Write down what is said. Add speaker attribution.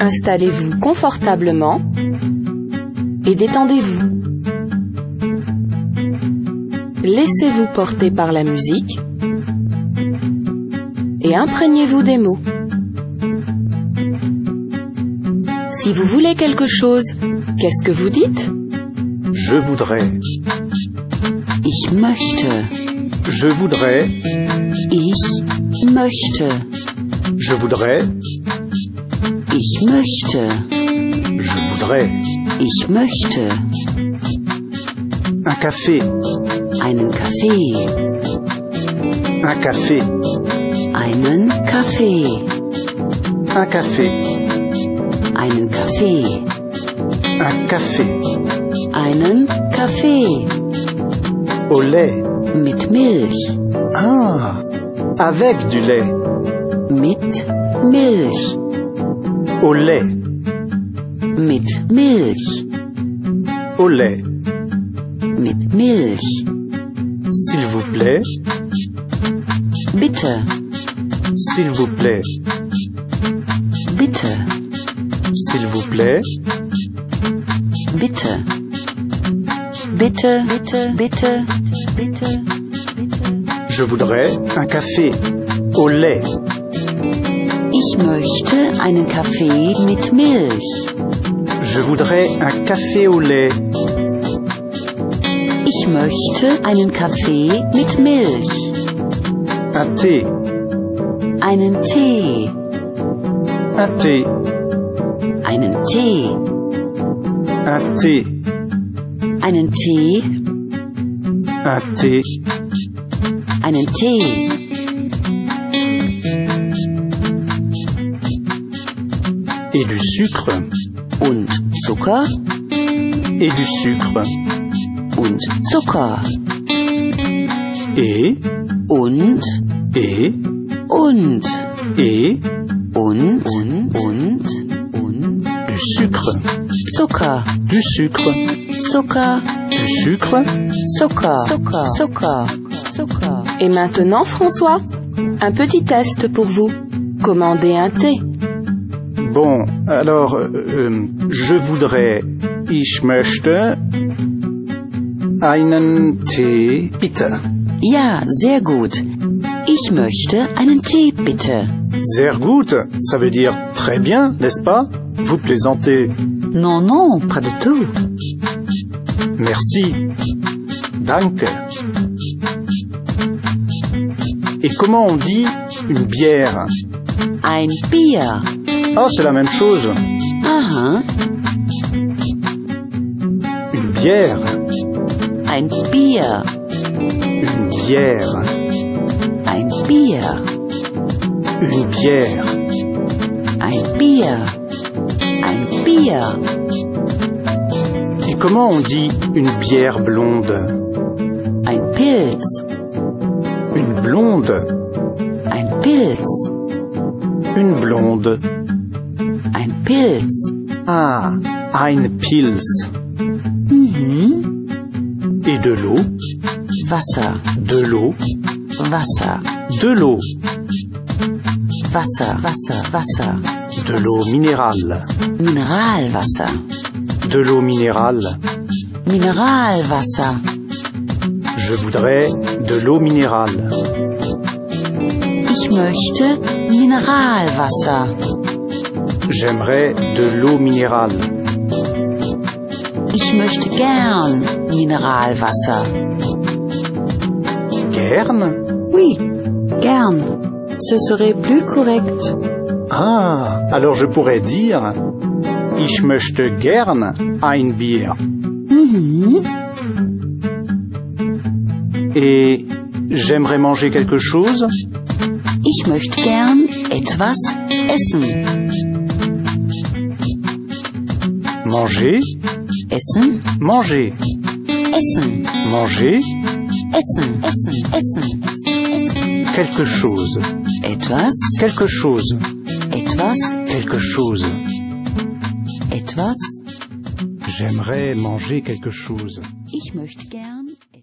Speaker 1: Installez-vous confortablement et détendez-vous. Laissez-vous porter par la musique et imprégnez-vous des mots. Si vous voulez quelque chose, qu'est-ce que vous dites
Speaker 2: Je voudrais.
Speaker 3: Ich möchte.
Speaker 2: Je voudrais.
Speaker 3: Ich möchte.
Speaker 2: Je voudrais.
Speaker 3: Ich möchte.
Speaker 2: Je voudrais.
Speaker 3: Ich möchte
Speaker 2: Un café.
Speaker 3: einen Kaffee.
Speaker 2: Un café.
Speaker 3: Einen Kaffee.
Speaker 2: Un café.
Speaker 3: Einen Kaffee.
Speaker 2: Un café.
Speaker 3: Einen Kaffee.
Speaker 2: Au lait.
Speaker 3: Mit Milch.
Speaker 2: Ah Avec du lait.
Speaker 3: Mit Milch.
Speaker 2: Au lait.
Speaker 3: Mit Milch.
Speaker 2: Au lait.
Speaker 3: Mit Milch.
Speaker 2: S'il vous plaît.
Speaker 3: Bitte.
Speaker 2: S'il vous plaît.
Speaker 3: Bitte.
Speaker 2: S'il vous plaît.
Speaker 3: Bitte. Bitte, bitte, bitte, bitte.
Speaker 2: Je voudrais un café. Au lait.
Speaker 3: Ich möchte einen Kaffee mit Milch.
Speaker 2: Je voudrais un café au lait.
Speaker 3: Ich möchte einen Kaffee mit Milch.
Speaker 2: Un thé.
Speaker 3: Einen Tee.
Speaker 2: Un thé.
Speaker 3: Einen Tee.
Speaker 2: Un thé.
Speaker 3: Einen Tee.
Speaker 2: Un thé.
Speaker 3: Einen Tee.
Speaker 2: Et du sucre.
Speaker 3: Und Zucker.
Speaker 2: Et du sucre.
Speaker 3: Und Zucker.
Speaker 2: Et.
Speaker 3: Und.
Speaker 2: Et.
Speaker 3: Und.
Speaker 2: Et.
Speaker 3: Und. Und. Und. Und.
Speaker 2: Du sucre.
Speaker 3: Zucker.
Speaker 2: Du sucre.
Speaker 3: Zucker.
Speaker 2: Du sucre.
Speaker 3: Zucker. Zucker. Zucker. Zucker.
Speaker 1: Et maintenant, François, un petit test pour vous. Commandez un thé.
Speaker 2: Bon, alors, euh, euh, je voudrais, ich möchte, einen Tee, bitte.
Speaker 3: Ja, sehr gut. Ich möchte einen Tee, bitte.
Speaker 2: Sehr gut, ça veut dire très bien, n'est-ce pas Vous plaisantez.
Speaker 3: Non, non, pas du tout.
Speaker 2: Merci. Danke. Et comment on dit une bière
Speaker 3: Ein Bier.
Speaker 2: Ah, c'est la même chose.
Speaker 3: Aha,
Speaker 2: Une bière,
Speaker 3: ein Bier.
Speaker 2: une bière,
Speaker 3: Ein Bier.
Speaker 2: une bière.
Speaker 3: Ein Bier. Ein Bier.
Speaker 2: Et comment on dit une bière blonde
Speaker 3: Ein Pilz.
Speaker 2: Une blonde.
Speaker 3: Ein Pilz.
Speaker 2: Une blonde.
Speaker 3: Ein Pilz.
Speaker 2: Ah, ein Pils.
Speaker 3: Mhm.
Speaker 2: Et de l'eau,
Speaker 3: Wasser.
Speaker 2: de l'eau,
Speaker 3: Wasser.
Speaker 2: de l'eau,
Speaker 3: Wasser. Wasser. Wasser.
Speaker 2: de l'eau minérale,
Speaker 3: Mineralwasser.
Speaker 2: de l'eau minérale.
Speaker 3: Mineralwasser.
Speaker 2: Je voudrais de l'eau minérale.
Speaker 3: Ich möchte Mineralwasser.
Speaker 2: J'aimerais de l'eau minérale.
Speaker 3: Ich möchte gern Mineralwasser.
Speaker 2: Gern
Speaker 3: Oui, gern. Ce serait plus correct.
Speaker 2: Ah, alors je pourrais dire Ich möchte gern ein Bier.
Speaker 3: Mhm.
Speaker 2: Et j'aimerais manger quelque chose
Speaker 3: Ich möchte gern etwas essen.
Speaker 2: Manger,
Speaker 3: Essen,
Speaker 2: manger,
Speaker 3: essen,
Speaker 2: manger
Speaker 3: essen, essen, essen, essen.
Speaker 2: quelque chose,
Speaker 3: Etwas,
Speaker 2: quelque chose,
Speaker 3: etwas,
Speaker 2: quelque chose.
Speaker 3: etwas.
Speaker 2: J'aimerais manger quelque chose.
Speaker 3: Ich möchte gern.